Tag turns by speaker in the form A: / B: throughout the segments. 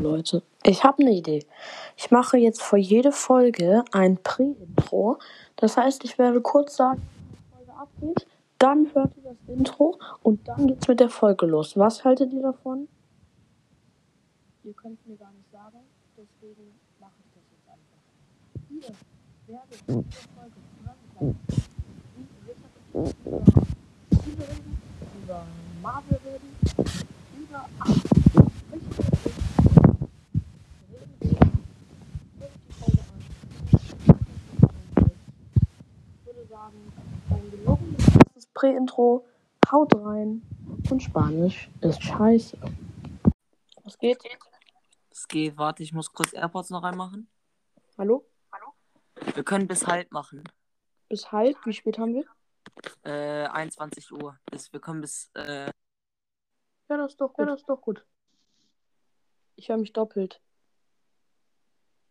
A: Leute. Ich habe eine Idee. Ich mache jetzt für jede Folge ein Pre-Intro. Das heißt, ich werde kurz sagen, wie die Folge abgeht. Dann hört ihr das Intro und dann geht's mit der Folge los. Was haltet ihr davon?
B: Ihr könnt mir gar nicht sagen, deswegen mache ich das jetzt einfach. Ihr werdet in dieser Folge dranbleiben. Wie Richard und ich über Spiele reden, über Marvel reden, über alles. Richard und ich reden über hört die Folge an. Ich würde sagen, dann genug mit
A: Das Pre-Intro. Haut rein. Und Spanisch ist scheiße. Was geht?
C: Es geht, warte, ich muss kurz AirPods noch reinmachen.
A: Hallo?
C: Wir können bis halb machen.
A: Bis halb? Wie spät haben wir?
C: Äh, 21 Uhr. Bis, wir können bis. Äh,
A: Ja, das ist doch gut. Ja, das ist doch gut. Ich höre mich doppelt.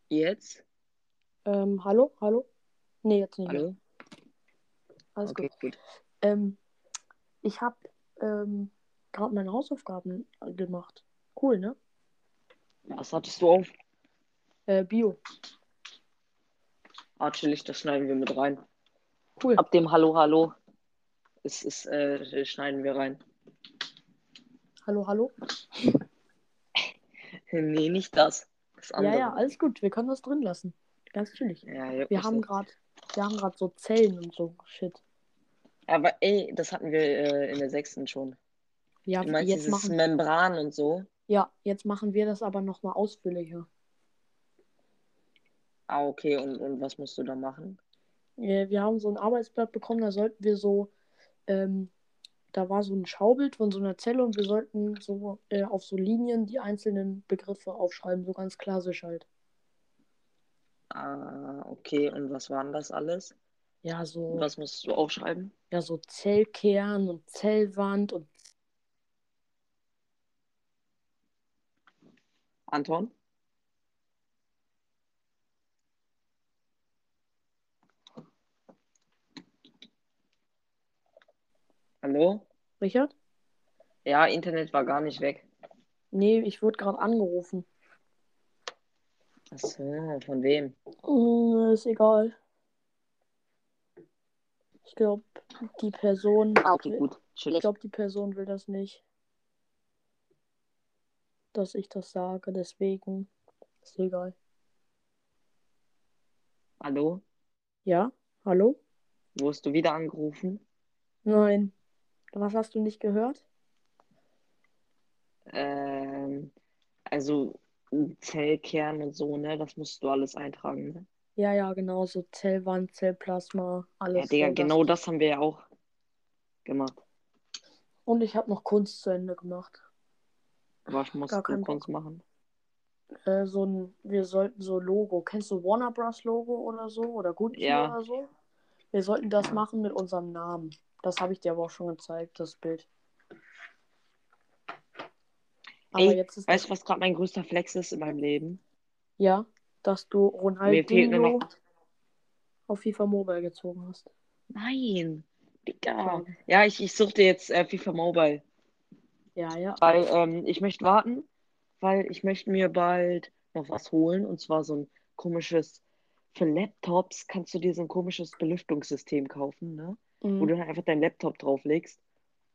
D: Jetzt?
A: Ähm, hallo? Hallo? Nee, jetzt nicht. mehr.
D: Hallo?
A: Alles
D: okay,
A: gut.
D: gut.
A: Ähm, ich habe ähm, gerade meine Hausaufgaben gemacht. Cool, ne?
D: Was hattest du auf?
A: Äh, Bio.
D: Ah, chillig, das schneiden wir mit rein.
A: Cool.
D: Ab dem Hallo, Hallo. Es ist, äh, schneiden wir rein.
A: Hallo, hallo?
D: Nee, nicht das. Das
A: Ja,
D: andere.
A: ja, alles gut. Wir können das drin lassen. Ganz chillig.
D: ja juckt
A: Wir
D: mich
A: haben
D: nicht.
A: gerade wir haben gerade so Zellen und so Shit.
D: Aber ey, das hatten wir äh, in der sechsten schon.
A: Ja,
D: Du meinst
A: jetzt
D: dieses
A: machen,
D: Membran und so?
A: ja, jetzt machen wir das aber nochmal ausführlicher.
D: Ah, okay, und, und was musst du da machen?
A: Äh, Wir haben so ein Arbeitsblatt bekommen, da sollten wir so, ähm, da war so ein Schaubild von so einer Zelle und wir sollten so äh, auf so Linien die einzelnen Begriffe aufschreiben, so ganz klassisch halt.
D: Ah, okay, und was waren das alles?
A: Ja, so,
D: Und was musst du aufschreiben?
A: ja, so Zellkern und Zellwand und
D: Anton? Hallo?
A: Richard?
D: Ja, Internet war gar nicht weg.
A: Nee, ich wurde gerade angerufen.
D: Achso, von wem?
A: Mm, ist egal. Ich glaube, die Person.
D: Ah, okay, gut.
A: Ich
D: Chillig.
A: glaube, die Person will das nicht. Dass ich das sage, deswegen. Ist egal.
D: Hallo?
A: Ja? Hallo?
D: Wurdest du wieder angerufen?
A: Nein. Was hast du nicht gehört?
D: Ähm, also Zellkern und so, ne? Das musst du alles eintragen, ne?
A: Ja, ja, genau. So Zellwand, Zellplasma, alles.
D: Ja, Digga,
A: so das.
D: genau das haben wir ja auch gemacht.
A: Und ich habe noch Kunst zu Ende gemacht.
D: Was musst
A: Gar kein
D: du Kunst machen?
A: Äh, so ein, wir sollten so Logo. Kennst du Warner Bros. Logo oder so? Oder Gucci
D: Ja.
A: oder so? Wir sollten das machen mit unserem Namen. Das habe ich dir aber auch schon gezeigt, das Bild. Aber
D: Ey,
A: jetzt ist
D: Weißt du, was gerade mein größter Flex ist in meinem Leben?
A: Ja, dass du
D: fehlt nur
A: Ronaldinho
D: noch-
A: auf FIFA Mobile gezogen hast.
D: Nein, Digga.
A: Schade.
D: Ja, ich, ich such dir jetzt äh, FIFA Mobile,
A: Ja, ja.
D: weil ähm, ich möchte warten, weil ich möchte mir bald noch was holen und zwar so ein komisches, für Laptops kannst du dir so ein komisches Belüftungssystem kaufen, ne? Wo
A: Mhm.
D: du dann einfach deinen Laptop drauflegst.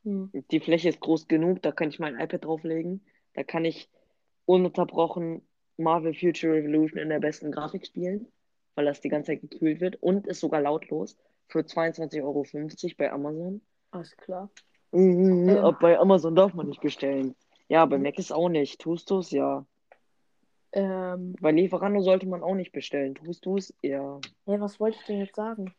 A: Mhm.
D: Die Fläche ist groß genug, da kann ich mein iPad drauflegen. Da kann ich ununterbrochen Marvel Future Revolution in der besten Grafik spielen, weil das die ganze Zeit gekühlt wird und ist sogar lautlos für 22,50 Euro bei Amazon.
A: Alles klar.
D: Mhm,
A: Ähm.
D: aber bei Amazon darf man nicht bestellen. Ja, bei Mac ist auch nicht. Tust du's? Ja.
A: Ähm,
D: Bei Lieferando sollte man auch nicht bestellen. Tust du's? Ja.
A: hey, was wollte ich denn jetzt sagen?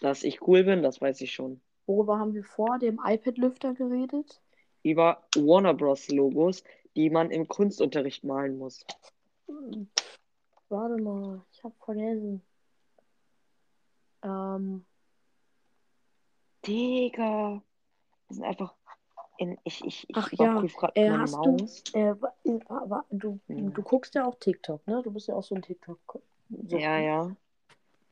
D: Dass ich cool bin, das weiß ich schon.
A: Worüber haben wir vor dem iPad-Lüfter geredet?
D: Über Warner Bros. Logos, die man im Kunstunterricht malen muss.
A: Hm, Warte mal, ich habe vergessen. Ähm,
D: Digga. Das sind einfach. In, ich ich, ich
A: Ach
D: überprüfe gerade
A: äh,
D: meine
A: hast
D: Maus.
A: du, äh, wa- äh, wa- wa- du,
D: Ja.
A: du guckst ja auch TikTok, ne? Du bist ja auch so ein TikTok. So,
D: Ja, ja.
A: ähm,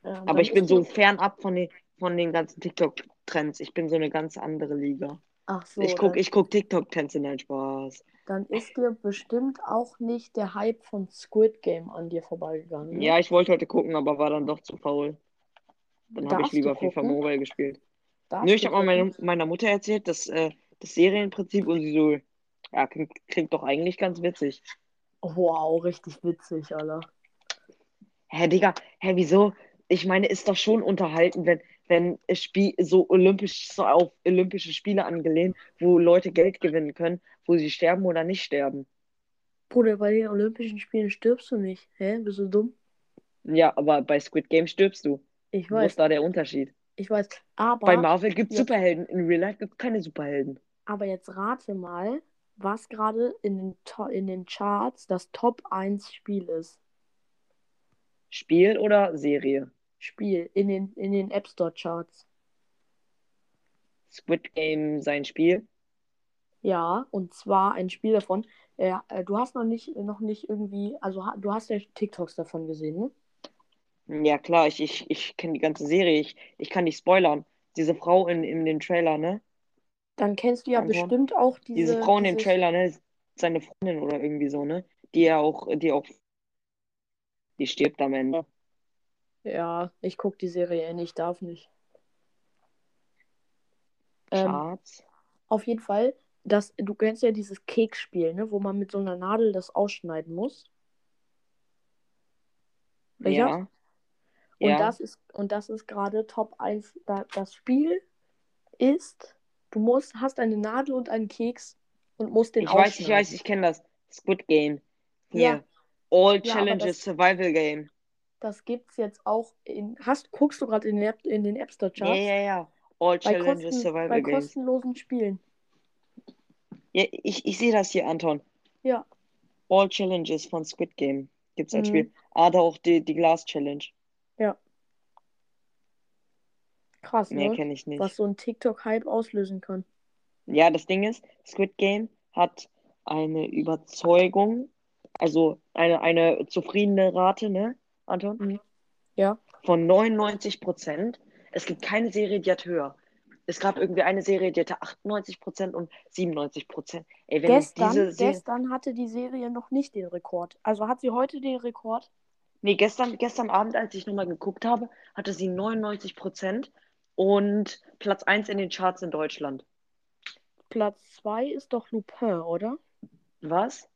A: dann
D: Aber ich bin
A: ist
D: so
A: dir-
D: fernab von den, von den ganzen TikTok-Trends. Ich bin so eine ganz andere Liga.
A: Ach so,
D: ich gucke
A: dann-
D: ich guck TikTok-Trends in deinen Spaß.
A: dann ist dir bestimmt auch nicht der Hype von Squid Game an dir vorbeigegangen. ne?
D: Ja, ich wollte heute gucken, aber war dann doch zu faul. Dann habe ich
A: Darfst du
D: lieber FIFA
A: gucken?
D: Mobile gespielt.
A: Darfst
D: Nö, ich
A: du
D: habe mal meine,
A: gucken?
D: meiner Mutter erzählt, dass äh, das Serienprinzip und sie so, ja, klingt, klingt doch eigentlich ganz witzig.
A: Wow, richtig witzig, Alter.
D: Hä, Digga, hä, wieso? Ich meine, ist doch schon unterhalten, wenn, wenn es Spie so olympisch, so auf olympische Spiele angelehnt, wo Leute Geld gewinnen können, wo sie sterben oder nicht sterben.
A: Bruder, bei den Olympischen Spielen stirbst du nicht. Hä? Bist du dumm?
D: Ja, aber bei Squid Game stirbst du.
A: Ich
D: Wo
A: weiß,
D: ist da der Unterschied?
A: ich weiß. Aber,
D: Bei Marvel gibt es
A: jetzt-
D: Superhelden, in Real Life gibt es keine Superhelden.
A: aber jetzt rate mal, was gerade in den, To- in den Charts das Top 1 Spiel ist.
D: Spiel oder Serie?
A: Spiel in den, in den App Store Charts.
D: Squid Game sein Spiel.
A: Ja, und zwar ein Spiel davon. Äh, äh, du hast noch nicht, noch nicht irgendwie, also ha- du hast ja TikToks davon gesehen, ne?
D: Ja, klar, ich, ich, ich kenne die ganze Serie. Ich, ich kann nicht spoilern. Diese Frau in, in dem Trailer, ne?
A: Dann kennst du ja
D: Anton.
A: bestimmt auch diese.
D: Diese Frau in dem
A: dieses-
D: Trailer, ne? ist Seine Freundin oder irgendwie so, ne? Die ja auch, die auch. Die stirbt am Ende.
A: Ja, ich gucke die Serie eh nicht, darf nicht. Ähm,
D: Charts.
A: auf jeden Fall, das, du kennst ja dieses Keksspiel, ne, wo man mit so einer Nadel das ausschneiden muss. welcher?
D: Ja.
A: Und
D: ja.
A: das ist, und das ist gerade Top 1. Da, das Spiel ist, du musst, hast eine Nadel und einen Keks und musst den
D: ich weiß, ich
A: ausschneiden.
D: weiß, ich kenne das. Squid Game. Hier.
A: Ja.
D: All
A: Ja, aber
D: Challenges
A: das-
D: Survival Game.
A: Das gibt's jetzt auch in. Hast, guckst du gerade in, den App- in den App Store
D: Ja,
A: Charts?
D: ja, ja.
A: Bei,
D: All Challenges
A: kosten, bei
D: Survival Games.
A: kostenlosen Spielen.
D: Ja, ich, ich sehe das hier, Anton.
A: Ja.
D: All Challenges von Squid Game gibt's als
A: Mhm.
D: Spiel. Ah, da auch die, die Glas Challenge.
A: Krass,
D: Nee,
A: ne?
D: kenne ich nicht.
A: Was so ein TikTok-Hype auslösen kann.
D: Ja, das Ding ist, Squid Game hat eine Überzeugung, also eine, eine zufriedene Rate, ne, Anton?
A: Mhm. Ja.
D: Von 99 Prozent. Es gibt keine Serie, die hat höher. Es gab irgendwie eine Serie, die hatte 98 Prozent und 97 Prozent. Ey, wenn
A: Gestern,
D: diese Serie.
A: gestern hatte die Serie noch nicht den Rekord. Also hat sie heute den Rekord.
D: Nee, gestern, gestern Abend, als ich nochmal geguckt habe, hatte sie 99 Prozent und Platz 1 in den Charts in Deutschland.
A: Platz 2 ist doch Lupin, oder?
D: Was?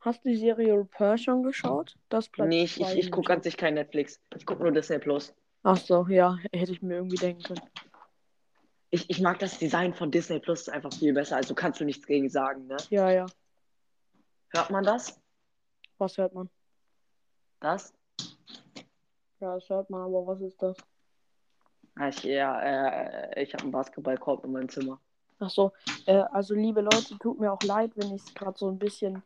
A: Hast du die Serie Lupin schon geschaut? Das ist Platz
D: nee, ich,
A: zwei
D: ich,
A: in
D: ich
A: den
D: gucke an
A: Charts.
D: sich kein Netflix. Ich gucke nur Disney Plus.
A: Ach so, ja, hätte ich mir irgendwie denken können.
D: Ich, ich mag das Design von Disney Plus einfach viel besser, also kannst du nichts gegen sagen, ne?
A: Ja, ja.
D: Hört man das?
A: Was hört man?
D: Das?
A: Ja, das hört man, aber was ist das?
D: Ah, Ich, ja, äh, ich habe einen Basketballkorb in meinem Zimmer.
A: Ach so, äh, also liebe Leute, tut mir auch leid, wenn ich gerade so ein bisschen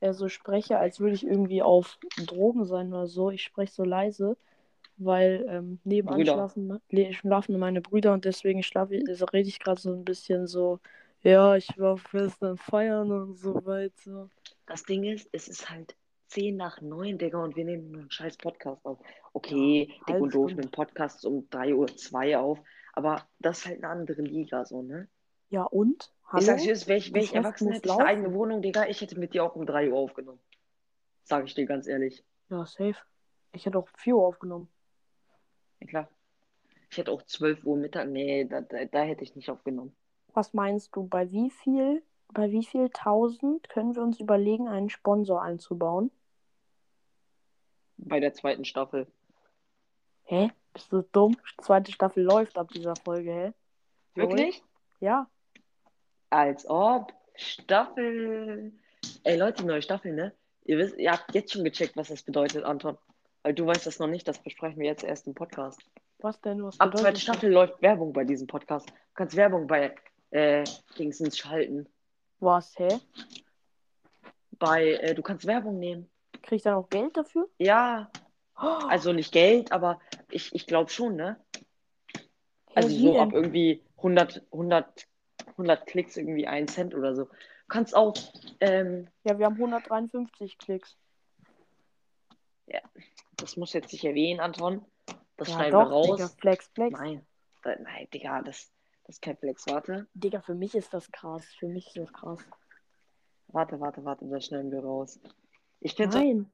A: äh, so spreche, als würde ich irgendwie auf Drogen sein oder so. Ich spreche so leise, weil ähm, nebenan
D: Brüder.
A: schlafen, le- schlafen meine Brüder und deswegen schlafe ich, also rede ich gerade so ein bisschen so, ja, ich war gestern feiern und so weiter.
D: Das Ding ist, es ist halt 10 nach 9, Digga, und wir nehmen einen scheiß Podcast auf. Okay, dick
A: halbe
D: und doof,
A: Stunde.
D: einen Podcast um 3.02 Uhr auf, aber das ist halt eine andere Liga, so, ne?
A: Ja, und? Hallo?
D: Ich sag's dir, wäre ich, wär ich
A: Geschäft
D: erwachsen,
A: muss
D: hätte ich eine
A: laufen.
D: eigene Wohnung, Digga, ich hätte mit dir auch um 3 Uhr aufgenommen. Sag ich dir ganz ehrlich.
A: ja, safe. Ich hätte auch 4 Uhr aufgenommen.
D: Ja, klar. Ich hätte auch 12 Uhr Mittag, nee, da, da, da hätte ich nicht aufgenommen.
A: Was meinst du, bei wie viel, bei wie viel tausend können wir uns überlegen, einen Sponsor einzubauen?
D: Bei der zweiten Staffel.
A: Hä? Bist du dumm? Zweite Staffel läuft ab dieser Folge, hä? Lol.
D: Wirklich?
A: Ja.
D: Als ob. Staffel. Ey Leute, neue Staffel, ne? Ihr wisst, ihr habt jetzt schon gecheckt, was das bedeutet, Anton. Weil du weißt das noch nicht, das besprechen wir jetzt erst im Podcast.
A: Was denn? Was
D: Ab zweiter
A: das?
D: Staffel läuft Werbung bei diesem Podcast. Du kannst Werbung bei äh, Dingsens schalten.
A: Was, hä?
D: Bei, äh, du kannst Werbung nehmen.
A: Krieg ich dann auch Geld dafür?
D: Ja,
A: Oh,
D: also nicht Geld, aber ich, ich glaube schon, ne?
A: hä,
D: Also
A: wie
D: so
A: denn?
D: ab irgendwie 100, 100, 100 Klicks irgendwie 1 Cent oder so. Du kannst auch, ähm,
A: Ja, wir haben 153 Klicks.
D: das muss jetzt nicht erwähnen, Anton. Das
A: ja,
D: schneiden
A: doch,
D: wir raus.
A: Digga, Flex, Flex.
D: Nein, Äh, nein, Digga, das, das ist kein Flex. Warte,
A: Digga, für mich ist das krass. Für mich ist das krass.
D: Warte, warte, warte, das schneiden wir raus. Ich finde so,
A: Nein.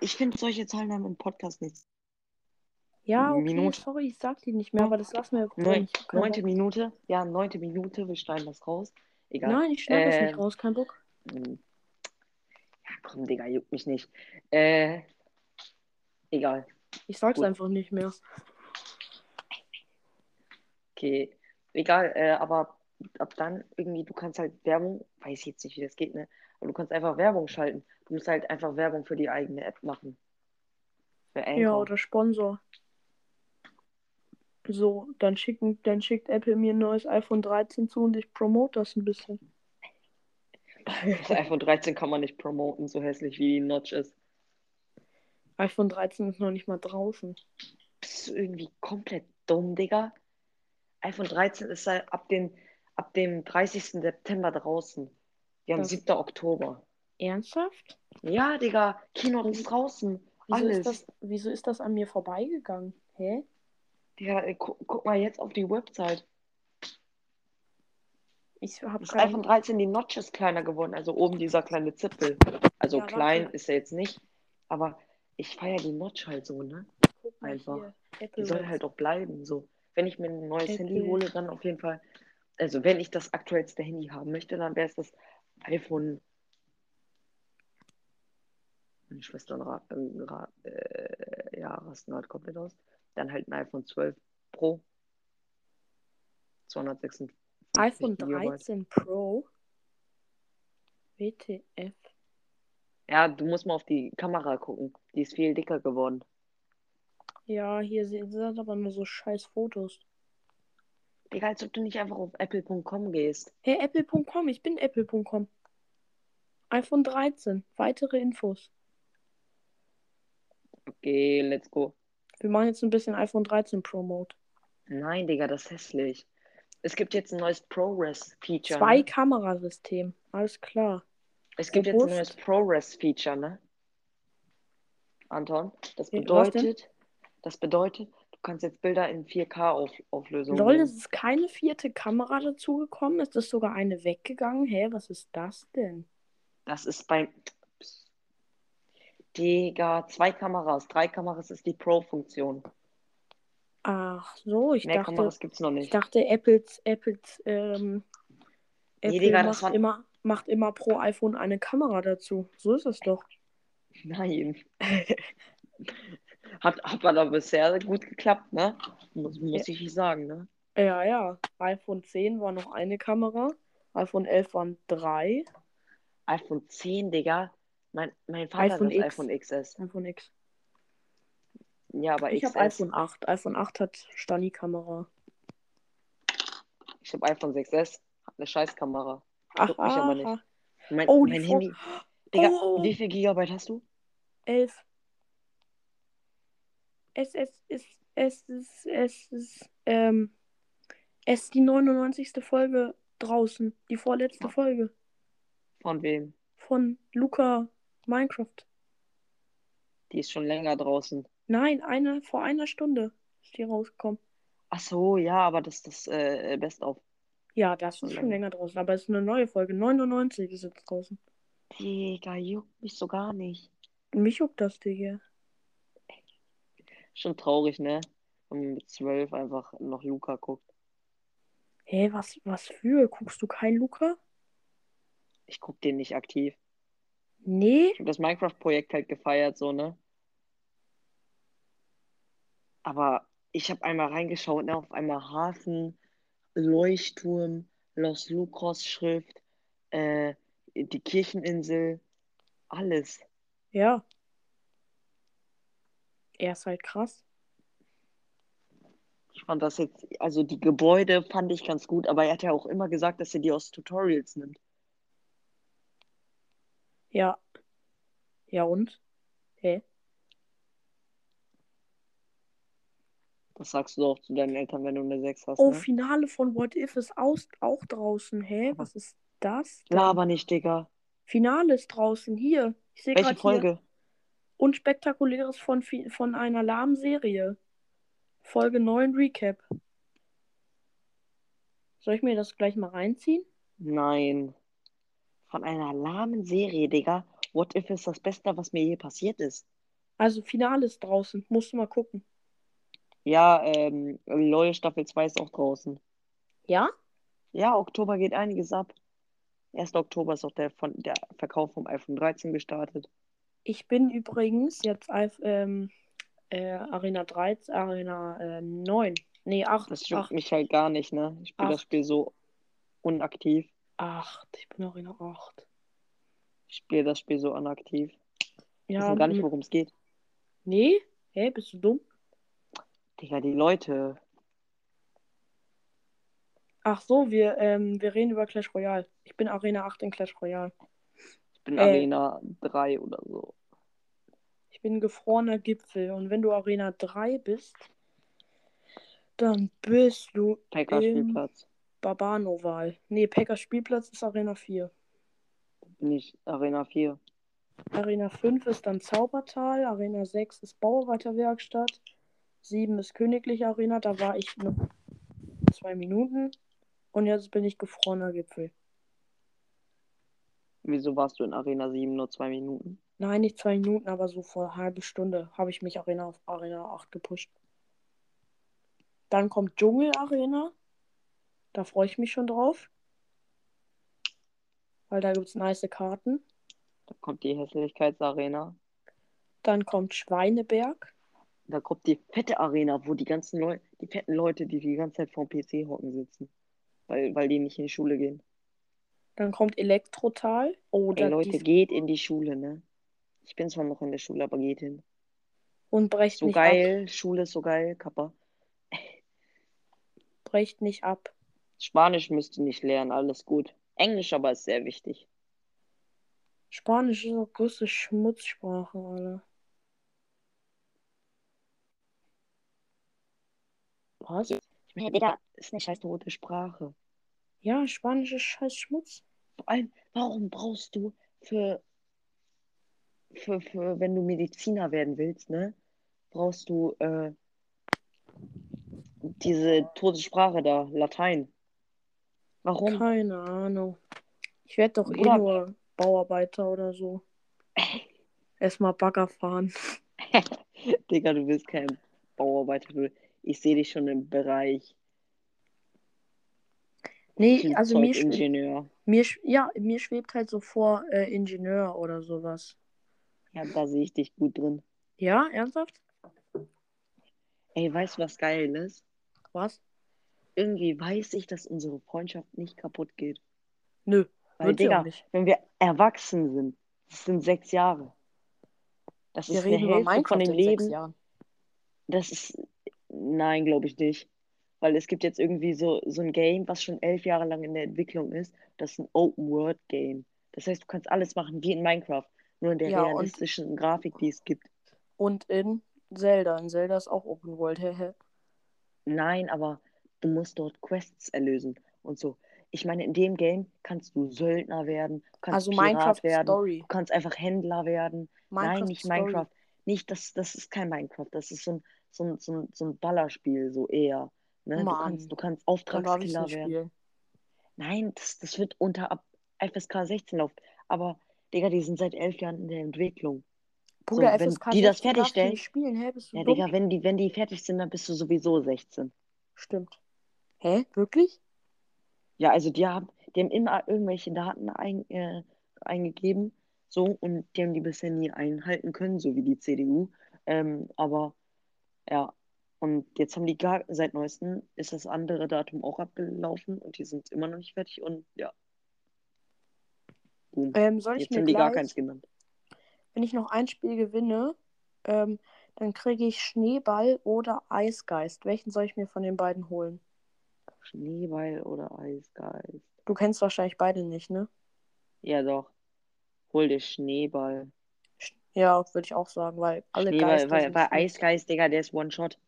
D: ich find solche Zahlen haben im Podcast nichts.
A: Ja, okay,
D: Minute.
A: sorry, ich sag die nicht mehr, aber das lassen wir
D: Neun,
A: Ich hab keinen
D: neunte
A: Bock.
D: Minute, ja, neunte Minute, wir schneiden das raus. Egal.
A: Nein, ich schneide das nicht
D: Ähm,
A: raus, kein Bock.
D: Hm. Ja, komm, Digga, juckt mich nicht. Äh, egal.
A: Ich sag's
D: gut.
A: einfach nicht mehr.
D: Okay. Egal, äh, aber ab dann irgendwie, du kannst halt Werbung, weiß jetzt nicht, wie das geht, ne? Aber du kannst einfach Werbung schalten. Du musst halt einfach Werbung für die eigene App machen. Für Anchor.
A: Ja, oder Sponsor. So, dann, schicken, dann schickt Apple mir ein neues iPhone 13 zu und ich promote das ein bisschen.
D: Das iPhone 13 kann man nicht promoten, so hässlich wie die Notch ist.
A: iPhone 13 ist noch nicht mal draußen.
D: Bist du irgendwie komplett dumm, Digga? iPhone 13 ist seit ab, den, ab dem 30. September draußen. Wir haben
A: Das-
D: 7. Oktober.
A: Ernsthaft?
D: Ja, Digga, Keynote ist
A: Wieso-
D: draußen.
A: Wieso
D: Alles.
A: ist das, wieso ist das an mir vorbeigegangen? Hä?
D: Digga, ey, gu guck mal jetzt auf die Website.
A: Ich hab
D: Das
A: kein...
D: iPhone 13, um die Notch ist kleiner geworden, also oben dieser kleine Zippel. Also
A: Ja, warte.
D: klein ist er jetzt nicht, aber ich feiere die Notch halt so, ne?
A: Guck mal
D: einfach.
A: hier,
D: Die
A: Apple
D: soll
A: Watch.
D: halt auch bleiben, so. Wenn ich mir ein neues
A: Apple.
D: Handy hole, dann auf jeden Fall, also wenn ich das aktuellste Handy haben möchte, dann wäre es das iPhone. Meine Schwestern ra äh, ra äh, ja, rasten halt komplett aus. Dann halt ein iPhone 12 Pro. 256
A: iPhone
D: Gigabyte.
A: 13 Pro? WTF?
D: Ja, du musst mal auf die Kamera gucken. Die ist viel dicker geworden.
A: Ja, hier se- sind aber nur so scheiß Fotos.
D: Digga, als ob du nicht einfach auf apple.com gehst.
A: Hey, Apple.com, ich bin Apple.com. iPhone 13, weitere Infos.
D: Okay, let's go.
A: Wir machen jetzt ein bisschen iPhone 13 Promote.
D: Nein, Digga, das ist hässlich. Es gibt jetzt ein neues ProRes-Feature.
A: Zwei
D: Ne?
A: Kamerasystem, alles klar.
D: Es gibt jetzt ein neues
A: Robust.
D: ProRes-Feature, ne? Anton, das
A: Ja, was denn?
D: bedeutet, das bedeutet, du kannst jetzt Bilder in 4K-Auflösung
A: Lol, es ist keine vierte Kamera dazugekommen, es ist sogar eine weggegangen. Hä, was ist das denn?
D: Das ist beim. Psst. Digga, zwei Kameras, drei Kameras ist die Pro-Funktion.
A: Ach so, ich
D: Mehr
A: dachte,
D: Kameras gibt's noch
A: ich
D: nicht.
A: dachte, Apples, Apples, ähm,
D: Nee,
A: Apple
D: Digga, das
A: macht,
D: waren-
A: immer, macht immer pro iPhone eine Kamera dazu. So ist es doch.
D: Nein. Hat, hat aber bisher gut geklappt, ne? Muss, muss ich sagen, ne?
A: Äh, Ja, ja. iPhone 10 war noch eine Kamera. iPhone 11 waren drei.
D: iPhone 10, Digga. Mein, mein Vater
A: iPhone
D: hat das
A: X.
D: iPhone XS.
A: iPhone X.
D: Ja, aber
A: Ich
D: XS.
A: habe iPhone 8. iPhone 8 hat Stani-Kamera.
D: Ich habe iPhone 6S. Hat eine Scheißkamera.
A: Ach,
D: Juckt mich aber nicht.
A: aha.
D: Mein,
A: Oh, die
D: mein
A: Vor-
D: Handy. Digga,
A: Oh.
D: wie viel Gigabyte hast du?
A: 11. Es ist, es es ist, es ist, ähm, es ist die 99. Folge draußen. Die vorletzte Folge
D: Von wem?
A: von Luca Minecraft.
D: Die ist schon länger draußen.
A: Nein, eine, vor einer Stunde ist die rausgekommen.
D: Ach so, ja, aber das ist das äh, Best auf.
A: Ja, das
D: Schon
A: ist schon
D: länger.
A: länger draußen, aber es ist eine neue Folge. 99 ist jetzt draußen.
D: Digga, juckt mich so gar nicht.
A: Mich juckt das, Digga.
D: Schon traurig, ne? Wenn man mit 12 einfach noch Luca guckt.
A: Hä, hey, was, was für? Guckst du kein Luca?
D: Ich guck den nicht aktiv.
A: Nee?
D: Ich habe das Minecraft-Projekt halt gefeiert, so, ne? Aber ich habe einmal reingeschaut, ne? Auf einmal Hafen, Leuchtturm, Los Lucros-Schrift, äh, die Kircheninsel, alles.
A: Ja. Er ist halt krass.
D: Ich fand das jetzt, also die Gebäude fand ich ganz gut, aber er hat ja auch immer gesagt, dass er die aus Tutorials nimmt.
A: Ja. Ja und? Hä?
D: Das sagst du doch zu deinen Eltern, wenn du eine 6 hast,
A: Oh,
D: ne?
A: Finale von What If ist aus, auch draußen. Hä?
D: Aber-
A: Was ist das? denn?
D: Laber nicht, Digga.
A: Finale ist draußen. Hier. Ich sehe
D: Welche
A: gerade hier.
D: Folge?
A: Unspektakuläres von, Fi- von einer Lahm-Serie. Folge 9 Recap. Soll ich mir das gleich mal reinziehen?
D: Nein. von einer lahmen Serie, Digga. What If ist das Beste, was mir je passiert ist.
A: Also Finale ist draußen. Musst du mal gucken.
D: Ja, ähm, LOL Staffel 2 ist auch draußen.
A: Ja?
D: Ja, Oktober geht einiges ab. 1. Oktober ist auch der, von, der Verkauf vom iPhone 13 gestartet.
A: Ich bin übrigens jetzt auf, ähm, äh, Arena 13, Arena äh, 9. Nee, 8.
D: Das juckt
A: 8,
D: mich halt gar nicht, ne? Ich spiele das
A: Ach.
D: Spiel so unaktiv.
A: 8. Ich bin Arena 8.
D: Ich spiele das Spiel so unaktiv. Ich
A: Ja,
D: weiß gar nicht,
A: m-
D: worum es geht.
A: nee? Hä, bist du dumm?
D: Digga, die Leute.
A: Ach so, wir, ähm, wir reden über Clash Royale. Ich bin Arena 8 in Clash Royale.
D: Ich bin
A: Äh.
D: Arena 3 oder so.
A: Ich bin gefrorener Gipfel. Und wenn du Arena 3 bist, dann bist du
D: Pekka-Spielplatz.
A: Barbanoval. Nee, Packers Spielplatz ist Arena 4.
D: Bin ich Arena 4.
A: Arena 5 ist dann Zaubertal, Arena 6 ist Bauarbeiterwerkstatt, 7 ist Königliche Arena, da war ich noch zwei Minuten und jetzt bin ich gefrorener Gipfel.
D: Wieso warst du in Arena 7 nur zwei Minuten?
A: Nein, nicht zwei Minuten, aber so vor einer halben Stunde habe ich mich Arena auf Arena 8 gepusht. Dann kommt Dschungel Arena, da freue ich mich schon drauf, weil da gibt es nice Karten.
D: Da kommt die Hässlichkeitsarena.
A: Dann kommt Schweineberg.
D: Da kommt die fette Arena, wo die ganzen Leute, die fetten Leute, die die ganze Zeit vorm PC hocken sitzen. Weil, weil die nicht in die Schule gehen.
A: Dann kommt Elektrotal. Oh,
D: Ey,
A: da-
D: Leute,
A: dies-
D: geht in die Schule, ne? Ich bin zwar noch in der Schule, aber geht hin.
A: und brecht
D: So
A: nicht
D: geil, Schule ist so geil, Kappa.
A: ab. Brecht nicht ab.
D: Spanisch müsst ihr nicht lernen, alles gut. Englisch aber ist sehr wichtig.
A: Spanisch ist eine große Schmutzsprache, Alter. Was?
D: Ich meine, Digga, ist eine scheiß rote Sprache.
A: Ja, Spanisch ist scheiß Schmutz.
D: Vor allem, warum brauchst du für, für, für wenn du Mediziner werden willst, ne? Brauchst du äh, diese tote Sprache da, Latein. Warum?
A: Keine Ahnung. Ich werde doch eh
D: Bruder.
A: nur Bauarbeiter oder so. Erstmal Bagger fahren.
D: Digga, du bist kein Bauarbeiter. du- Ich sehe dich schon im Bereich
A: Nee, also mir, schwe-
D: Flugzeugingenieur.
A: mir, sch- ja, mir schwebt halt so vor äh, Ingenieur oder sowas.
D: Ja, da sehe ich dich gut drin.
A: Ja, ernsthaft?
D: Ey, weißt du, was geil ist?
A: Was?
D: Irgendwie weiß ich, dass unsere Freundschaft nicht kaputt geht.
A: Nö,
D: Weil,
A: wird sie
D: Digga,
A: auch nicht.
D: wenn wir erwachsen sind, das sind sechs Jahre. Das
A: Wir
D: ist eine
A: reden über
D: Hälfte
A: Minecraft
D: von dem
A: in sechs
D: Leben.
A: Jahren.
D: Das ist. Nein, glaube ich nicht. Weil es gibt jetzt irgendwie so, so ein Game, was schon elf Jahre lang in der Entwicklung ist. Das ist ein Open-World-Game. Das heißt, du kannst alles machen wie in Minecraft. Nur in der
A: Ja, und-
D: realistischen Grafik, die es gibt.
A: Und in Zelda. In Zelda ist auch Open World. hehe.
D: Nein, aber du musst dort Quests erlösen und so. Ich meine, in dem Game kannst du Söldner werden, du kannst
A: also
D: Pirat
A: Minecraft
D: werden,
A: Story.
D: du kannst einfach Händler werden.
A: Minecraft
D: Nein, nicht Minecraft. Nicht, das, das ist kein Minecraft. Das ist so ein, so ein, so ein, so ein Ballerspiel, so eher. Ne? Du
A: Mann.
D: kannst, du kannst
A: Dann darf ich
D: Auftragskiller
A: nicht
D: werden.
A: spielen.
D: Nein, das, das wird unter ab FSK 16 laufen. Aber, Digga, die sind seit elf Jahren in der Entwicklung.
A: Bruder,
D: wenn
A: FSK
D: die das
A: 16 darfst du
D: fertigstellen-
A: nicht spielen. Hä, bist du
D: Ja,
A: dumm?
D: Digga, wenn die, wenn die fertig sind, dann bist du sowieso 16.
A: Stimmt. Hä, wirklich?
D: Ja, also die haben, die haben immer irgendwelche Daten ein, äh, eingegeben, so, und die haben die bisher nie einhalten können, so wie die CDU. Ähm, aber ja, und jetzt haben die gar, seit neuestem ist das andere Datum auch abgelaufen und die sind immer noch nicht fertig und ja. Boom.
A: Ähm, soll ich
D: Jetzt
A: mir
D: haben die gar
A: gleich,
D: keins genannt.
A: wenn ich noch ein Spiel gewinne, ähm, dann kriege ich Schneeball oder Eisgeist. Welchen soll ich mir von den beiden holen?
D: Schneeball oder Eisgeist?
A: Du kennst wahrscheinlich beide nicht, ne?
D: Ja, doch. Hol dir Schneeball.
A: Sch- Ja, würde ich auch sagen, weil alle
D: Schneeball,
A: Geister
D: weil,
A: sind
D: weil
A: Schnee.
D: Eisgeist, Digga, der ist One-Shot.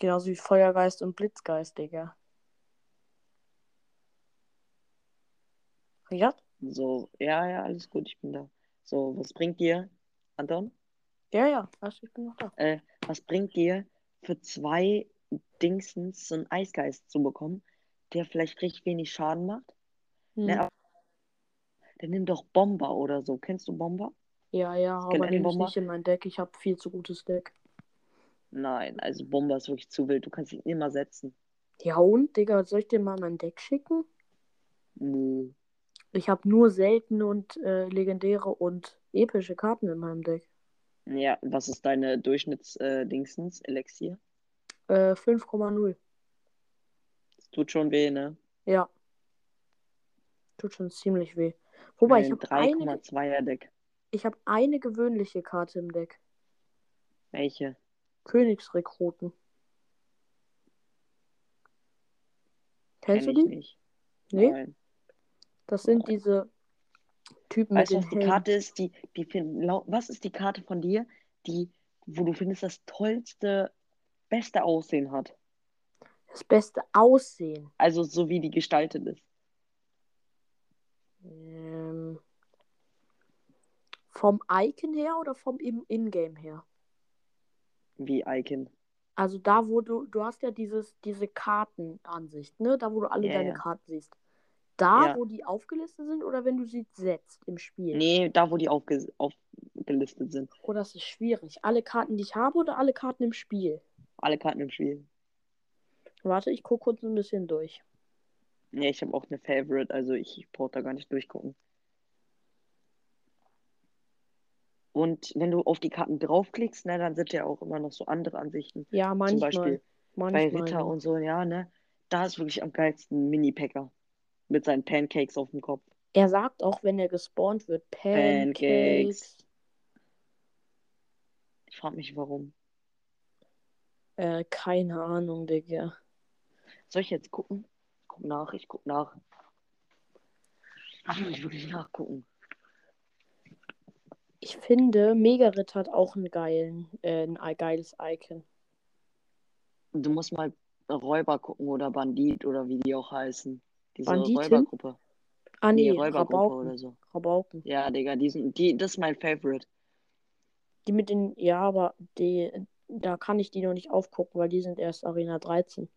A: Genauso wie Feuergeist und Blitzgeist, Digga. Ja,
D: So, ja, ja, alles gut, ich bin da. So, was bringt dir, Anton?
A: ja, ja. Also ich bin noch da.
D: Äh, was bringt dir für zwei Dingsens so einen Eisgeist zu bekommen, der vielleicht richtig wenig Schaden macht?
A: Hm.
D: Ne, aber Dann nimm doch Bomber oder so. Kennst du Bomber?
A: Ja, ja,
D: kenn
A: aber
D: einen
A: den ist
D: Bomber.
A: nicht in mein Deck. Ich habe viel zu gutes Deck.
D: Nein, also Bomber ist wirklich zu wild. Du kannst ihn immer setzen.
A: Ja und, Digga, soll ich dir mal mein Deck schicken?
D: Nö.
A: Ich habe nur seltene und äh, legendäre und epische Karten in meinem Deck.
D: Ja, was ist deine Durchschnitts-Dingsens, Elixier?
A: Äh, 5,0.
D: Das tut schon weh, ne?
A: Ja. Tut schon ziemlich weh. Wobei, ich
D: Ein
A: habe eine,
D: 3,2er-Deck.
A: ich hab eine gewöhnliche Karte im Deck.
D: Welche?
A: Königsrekruten.
D: Kenn
A: Kennst du
D: ich
A: die?
D: nicht.
A: Nee?
D: Nein.
A: Das sind diese Typen
D: Weißt du,
A: mit
D: was
A: den
D: die
A: Helmen.
D: Karte ist, die, die finden, lau- was ist die Karte von dir, die, wo du findest, das tollste, beste Aussehen hat?
A: Das beste Aussehen.
D: Also so wie die gestaltet ist.
A: Ähm, vom Icon her oder vom im Ingame her?
D: Wie Icon.
A: Also da, wo du, du hast ja dieses, diese Kartenansicht, ne? Da, wo du alle
D: Ja,
A: deine
D: ja.
A: Karten siehst. Da,
D: Ja.
A: wo die aufgelistet sind oder wenn du sie setzt im Spiel?
D: Nee, da wo die aufge aufgelistet sind.
A: Oh, das ist schwierig. Alle Karten, die ich habe oder alle Karten im Spiel?
D: Alle Karten im Spiel.
A: Warte, ich gucke kurz ein bisschen durch.
D: Nee, ich habe auch eine Favorite, also ich, ich brauche da gar nicht durchgucken. Und wenn du auf die Karten draufklickst, ne, dann sind ja auch immer noch so andere Ansichten.
A: Ja,
D: Zum
A: manchmal.
D: Beispiel bei
A: manchmal.
D: Ritter
A: ja.
D: und so, ja, ne? Da ist wirklich am geilsten ein Mini-Packer. Mit seinen Pancakes auf dem Kopf.
A: Er sagt auch, wenn er gespawnt wird, Pancakes.
D: Pancakes. Ich frage mich, warum.
A: Äh, keine Ahnung, Digga.
D: Soll ich jetzt gucken? Ich guck nach, ich guck nach. Ach, muss ich wirklich nachgucken.
A: Ich finde, Megarit hat auch einen geilen, äh, ein geiles Icon.
D: Du musst mal Räuber gucken oder Bandit oder wie die auch heißen. Diese
A: Banditen?
D: Räubergruppe.
A: Ah,
D: Nee,
A: nee,
D: Räubergruppe
A: Rabauken.
D: oder so.
A: Rabauken.
D: Ja, Digga, die sind, die, das ist mein Favorite.
A: Die mit den, ja, aber die, da kann ich die noch nicht aufgucken, weil die sind erst Arena 13.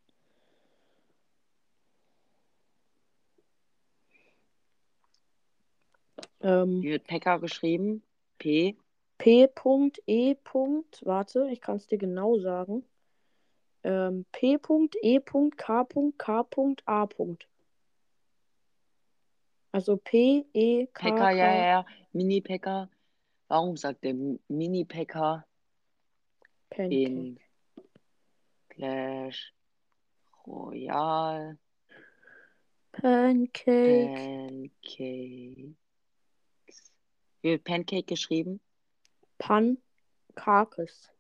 A: Ähm,
D: Die wird Packer geschrieben. P.
A: P.E. Warte, ich kann es dir genau sagen. Ähm, P.E.K.K.A. Also P, E, K,
D: Packer,
A: K.
D: ja, ja, ja. Mini-Packer. Warum sagt der Mini-Packer
A: Pancake.
D: in Clash Royale
A: Pancake.
D: Pancakes? Wie wird Pancake geschrieben?
A: Pancakes.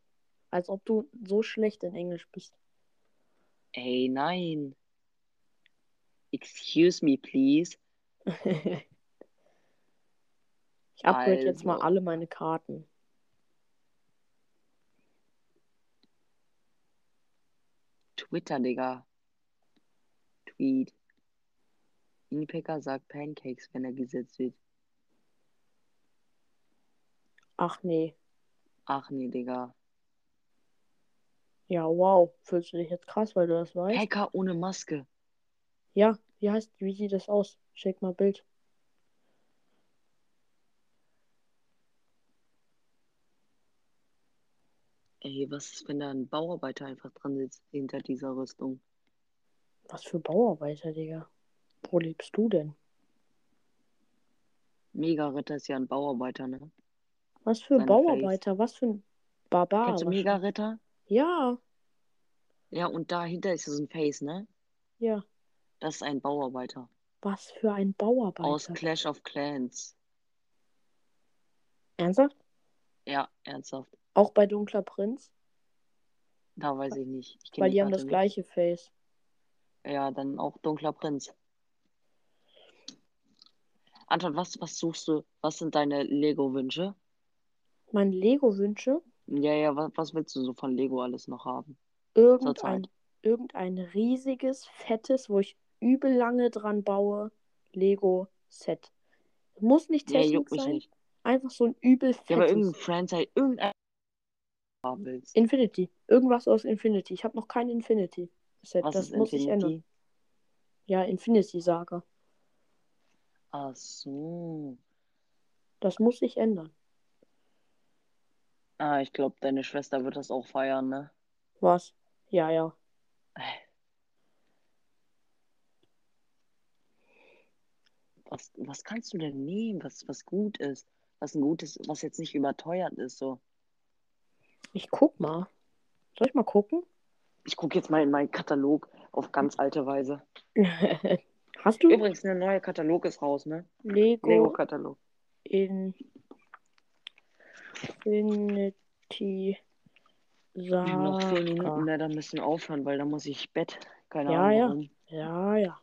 A: Als ob du so schlecht in Englisch bist.
D: Ey, nein. Excuse me, please.
A: ich upgrade jetzt mal
D: Also.
A: alle meine Karten.
D: Twitter, Digga. Tweet. Mini-Packer sagt Pancakes, wenn er gesetzt wird.
A: Ach nee.
D: Ach nee, Digga.
A: Ja, wow. Fühlst du dich jetzt krass, weil du das weißt?
D: Packer ohne Maske.
A: Ja, wie heißt, wie sieht das aus? Schick mal Bild.
D: Ey, was ist, wenn da ein Bauarbeiter einfach dran sitzt hinter dieser Rüstung?
A: Was für Bauarbeiter, Digga. Wo lebst du denn?
D: Mega-Ritter ist ja ein Bauarbeiter, ne?
A: Was für
D: Seine
A: Bauarbeiter? Was für ein Barbar?
D: Kennst du
A: wahrscheinlich.
D: Mega-Ritter?
A: Ja,
D: Ja, und dahinter ist so ein Face, ne?
A: ja.
D: Das ist ein Bauarbeiter.
A: Was für ein
D: Aus
A: Bauarbeiter.
D: Clash of Clans.
A: Ernsthaft?
D: Ja, ernsthaft.
A: Auch bei Dunkler Prinz?
D: Da weiß ich nicht. Ich kenn
A: Weil die haben das
D: Karte nicht.
A: gleiche Face.
D: Ja, dann auch Dunkler Prinz. Anton, was, was suchst du? Was sind deine Lego-Wünsche?
A: Meine Lego-Wünsche?
D: Ja, ja, was, was willst du so von Lego alles noch haben?
A: Irgendein, irgendein riesiges, fettes, wo ich übel lange dran baue, Lego-Set. Muss nicht
D: Ja,
A: Technik
D: juckt mich
A: sein.
D: nicht.
A: Einfach so ein übel fettes.
D: Ja, aber irgendein Franchise, irgendein haben willst.
A: Infinity. Irgendwas aus Infinity. Ich habe noch kein Infinity-Set.
D: Was
A: Das
D: ist
A: muss ich ändern.
D: Infinity?
A: Ja, Infinity Saga.
D: Ach so.
A: Das muss sich ändern.
D: Ah, ich glaube, deine Schwester wird das auch feiern, ne?
A: Was? Ja, ja.
D: Was, was kannst du denn nehmen, was, was gut ist? Was ein gutes, was jetzt nicht überteuert ist, so.
A: Ich guck mal. Soll ich mal gucken?
D: Ich gucke jetzt mal in meinen Katalog auf ganz alte Weise.
A: Hast du
D: Übrigens, der neue Katalog ist raus, ne?
A: Lego
D: Lego-Katalog.
A: Infinity
D: Wir haben noch zehn Minuten,
A: Saga?
D: ne? Da müssen wir aufhören, weil da muss ich Bett. Keine
A: Ja,
D: Ahnung.
A: ja. Ja,
D: warum.
A: ja.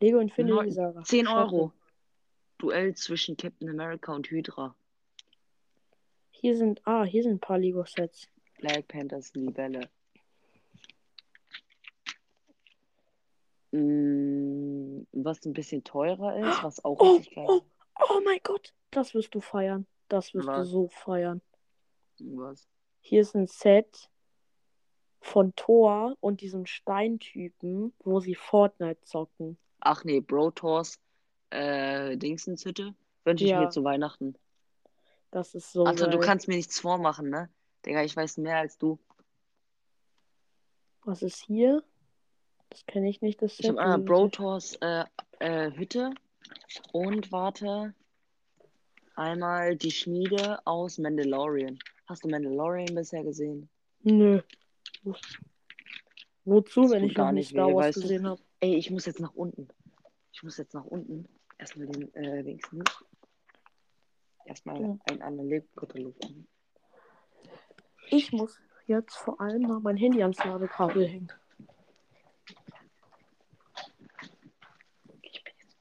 A: Lego Infinity
D: Neun-
A: Saga.
D: 10
A: Schau.
D: Euro. Duell zwischen Captain America und Hydra.
A: Hier sind, ah, hier sind ein paar Lego-Sets.
D: Black Panthers Libelle. Mm, Was ein bisschen teurer ist, was auch
A: Oh,
D: richtig geil ist.
A: Oh mein Gott, das wirst du feiern. Das wirst du
D: Was?
A: so feiern.
D: Was?
A: Hier ist ein Set von Thor und diesem Steintypen, wo sie Fortnite zocken.
D: Ach nee, Brotors äh, Dingsenshütte wünsche ich
A: Ja. Oh
D: mir zu Weihnachten.
A: Das ist so.
D: Also du
A: geil.
D: kannst mir nichts vormachen, ne? Digga, ich weiß mehr als du.
A: Was ist hier? Das kenne ich nicht, das
D: Ich habe
A: Set.
D: einmal
A: Wie-
D: Brotors äh, äh, Hütte und warte einmal die Schmiede aus Mandalorian. Hast du Mandalorian bisher gesehen?
A: Nö. Wozu,
D: Das
A: wenn
D: tut
A: ich noch
D: gar
A: nicht
D: nicht
A: Star
D: weh,
A: Wars
D: weißt du?
A: gesehen habe?
D: Ey, ich muss jetzt nach unten. Ich muss jetzt nach unten. Erstmal den äh, Dingsen. Erstmal
A: Ja.
D: einen anderen Lebkuchen an.
A: Ich muss jetzt vor allem noch mein Handy ans Ladekabel hängen.
D: Ich bin jetzt.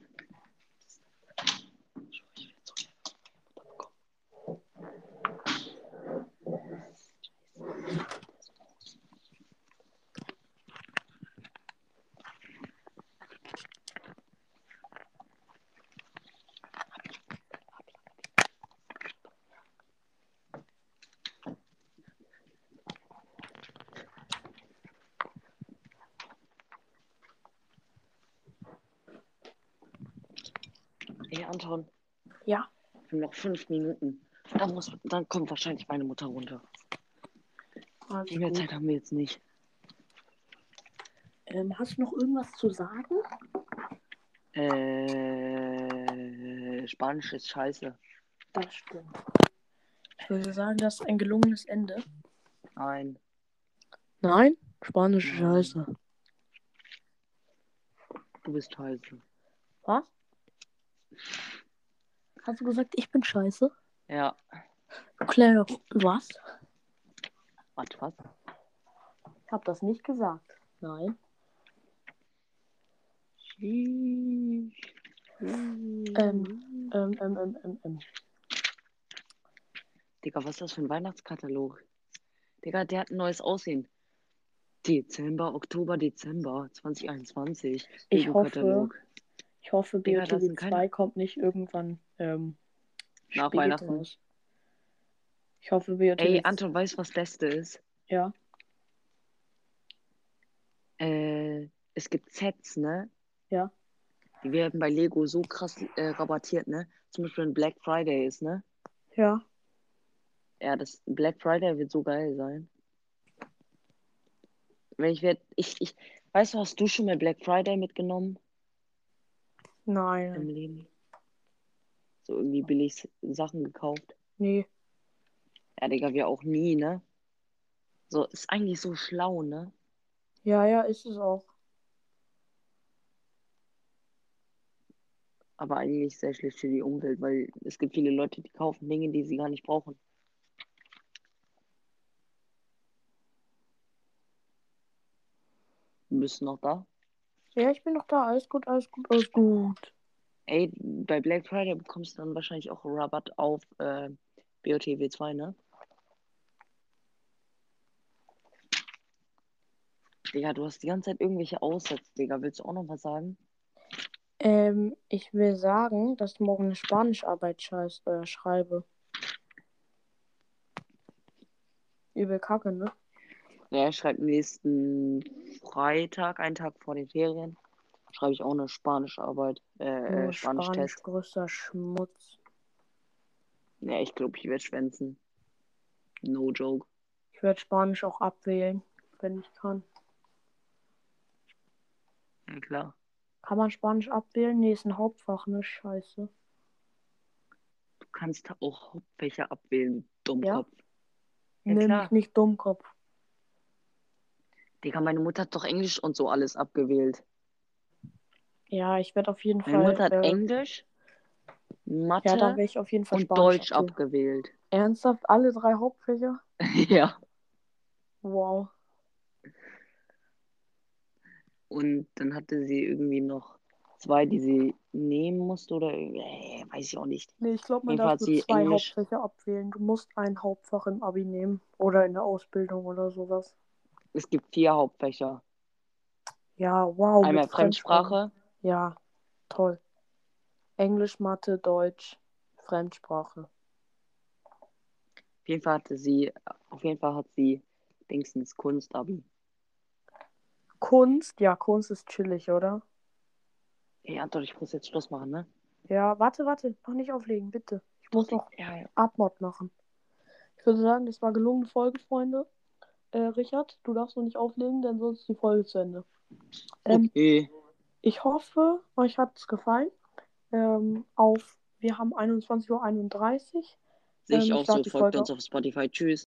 D: Ich schwöre, ich werd so schnell meine Mutter bekommen. Scheiße, der ist groß. Ey, Anton.
A: Ja?
D: Wir haben noch fünf Minuten. Dann, muss, dann kommt wahrscheinlich meine Mutter runter.
A: Alles
D: Mehr
A: gut.
D: Zeit haben wir jetzt nicht.
A: Ähm, hast du noch irgendwas zu sagen?
D: Äh, Spanisch ist scheiße.
A: Das stimmt. Ich würde sagen, das ist ein gelungenes Ende.
D: Nein.
A: Nein? Spanische
D: Nein.
A: Scheiße.
D: Du bist scheiße.
A: Was? Hast du gesagt, ich bin scheiße?
D: Ja.
A: Claire, was?
D: Warte, was?
A: Ich hab das nicht gesagt. Nein.
D: Ähm.
A: Ähm, ähm, ähm, ähm, ähm.
D: Digga, was ist das für ein Weihnachtskatalog? Digga, der hat ein neues Aussehen. Dezember, Oktober, Dezember 2021.
A: Ich
D: Lego-Katalog.
A: Ich hoffe,
D: Digga, das
A: BOTW
D: sind
A: 2
D: keine-
A: kommt nicht irgendwann ähm,
D: Nach
A: spät
D: Weihnachten.
A: raus. Ich hoffe, BOTW
D: Ey, Anton weiß, was Beste ist.
A: Ja.
D: Äh, es gibt Sets, ne?
A: Ja.
D: Die werden bei Lego so krass äh, rabattiert, ne? Zum Beispiel, wenn Black Friday ist, ne?
A: Ja.
D: Ja, das Black Friday wird so geil sein. Wenn ich werd, ich, ich, weißt du, hast du schon mal Black Friday mitgenommen im
A: Nein.
D: Leben? So irgendwie billig Sachen gekauft.
A: Nee.
D: Ja, Digga, wir auch nie, ne? So, ist eigentlich so schlau, ne?
A: Ja, ja, ist es auch.
D: Aber eigentlich sehr schlecht für die Umwelt, weil es gibt viele Leute, die kaufen Dinge, die sie gar nicht brauchen. Bist du noch da?
A: Ja, ich bin noch da. Alles gut, alles gut, alles gut.
D: Ey, bei Black Friday bekommst du dann wahrscheinlich auch Rabatt auf äh, BOTW 2, ne? Digga, du hast die ganze Zeit irgendwelche Aussätze, Digga. Willst du auch noch was sagen?
A: Ähm, ich will sagen, dass ich morgen eine Spanischarbeit scheiß, äh, schreibe. Übel Kacke, ne?
D: Ja, ich schreibe nächsten Freitag, einen Tag vor den Ferien. schreibe ich auch eine Spanischarbeit, äh, äh,
B: Nur
D: Spanisch-Test.
B: Oh, Spanisch größter Schmutz.
D: Ja, ich glaube, ich werde schwänzen. No joke.
B: Ich werde Spanisch auch abwählen, wenn ich kann.
D: Ja, klar.
B: Kann man Spanisch abwählen? Nee, ist ein Hauptfach, ne? Scheiße.
D: Du kannst auch Hauptfächer abwählen, Dummkopf. Ja,
B: Nenn
D: klar.
B: mich nicht Dummkopf.
D: Digga, meine Mutter hat doch Englisch und so alles abgewählt.
B: Ja, ich werde auf jeden
D: Meine
B: Fall.
D: Mutter hat
B: äh,
D: Englisch, Mathe
B: ja, da werde ich auf jeden Fall
D: und
B: Spanisch
D: Deutsch
B: abwählen.
D: abgewählt.
B: Ernsthaft? Alle drei Hauptfächer?
D: ja.
B: Wow.
D: Und dann hatte sie irgendwie noch zwei, die sie nehmen musste oder äh, weiß ich auch nicht.
B: Nee, ich glaube, man
D: Jedenfalls
B: darf nur
D: die
B: zwei
D: Englisch-
B: Hauptfächer abwählen. Du musst ein Hauptfach im Abi nehmen oder in der Ausbildung oder sowas.
D: Es gibt vier Hauptfächer.
B: Ja, wow. mit
D: Einmal Fremdsprache,
B: Ja, toll. Englisch, Mathe, Deutsch, Fremdsprache.
D: Auf jeden Fall hatte sie, auf jeden Fall hat sie Dingsens Kunstabi.
B: Kunst, ja, Kunst ist chillig, oder?
D: Ey, Anton, ich muss jetzt Schluss machen, ne?
B: Ja, warte, warte, noch nicht auflegen, bitte. Ich muss noch
D: Ja, ja.
B: Abmod machen. Ich würde sagen, das war gelungene Folge, Freunde. Äh, Richard, du darfst noch nicht auflegen, denn sonst ist die Folge zu Ende. Ähm,
D: Okay.
B: Ich hoffe, euch hat es gefallen. Ähm, auf, wir haben 21.31 Uhr.
D: Sehe ich
B: ähm, ich
D: auch
B: ähm, lade
D: so.
B: die
D: Folgt
B: Folge-
D: uns auf Spotify. Tschüss.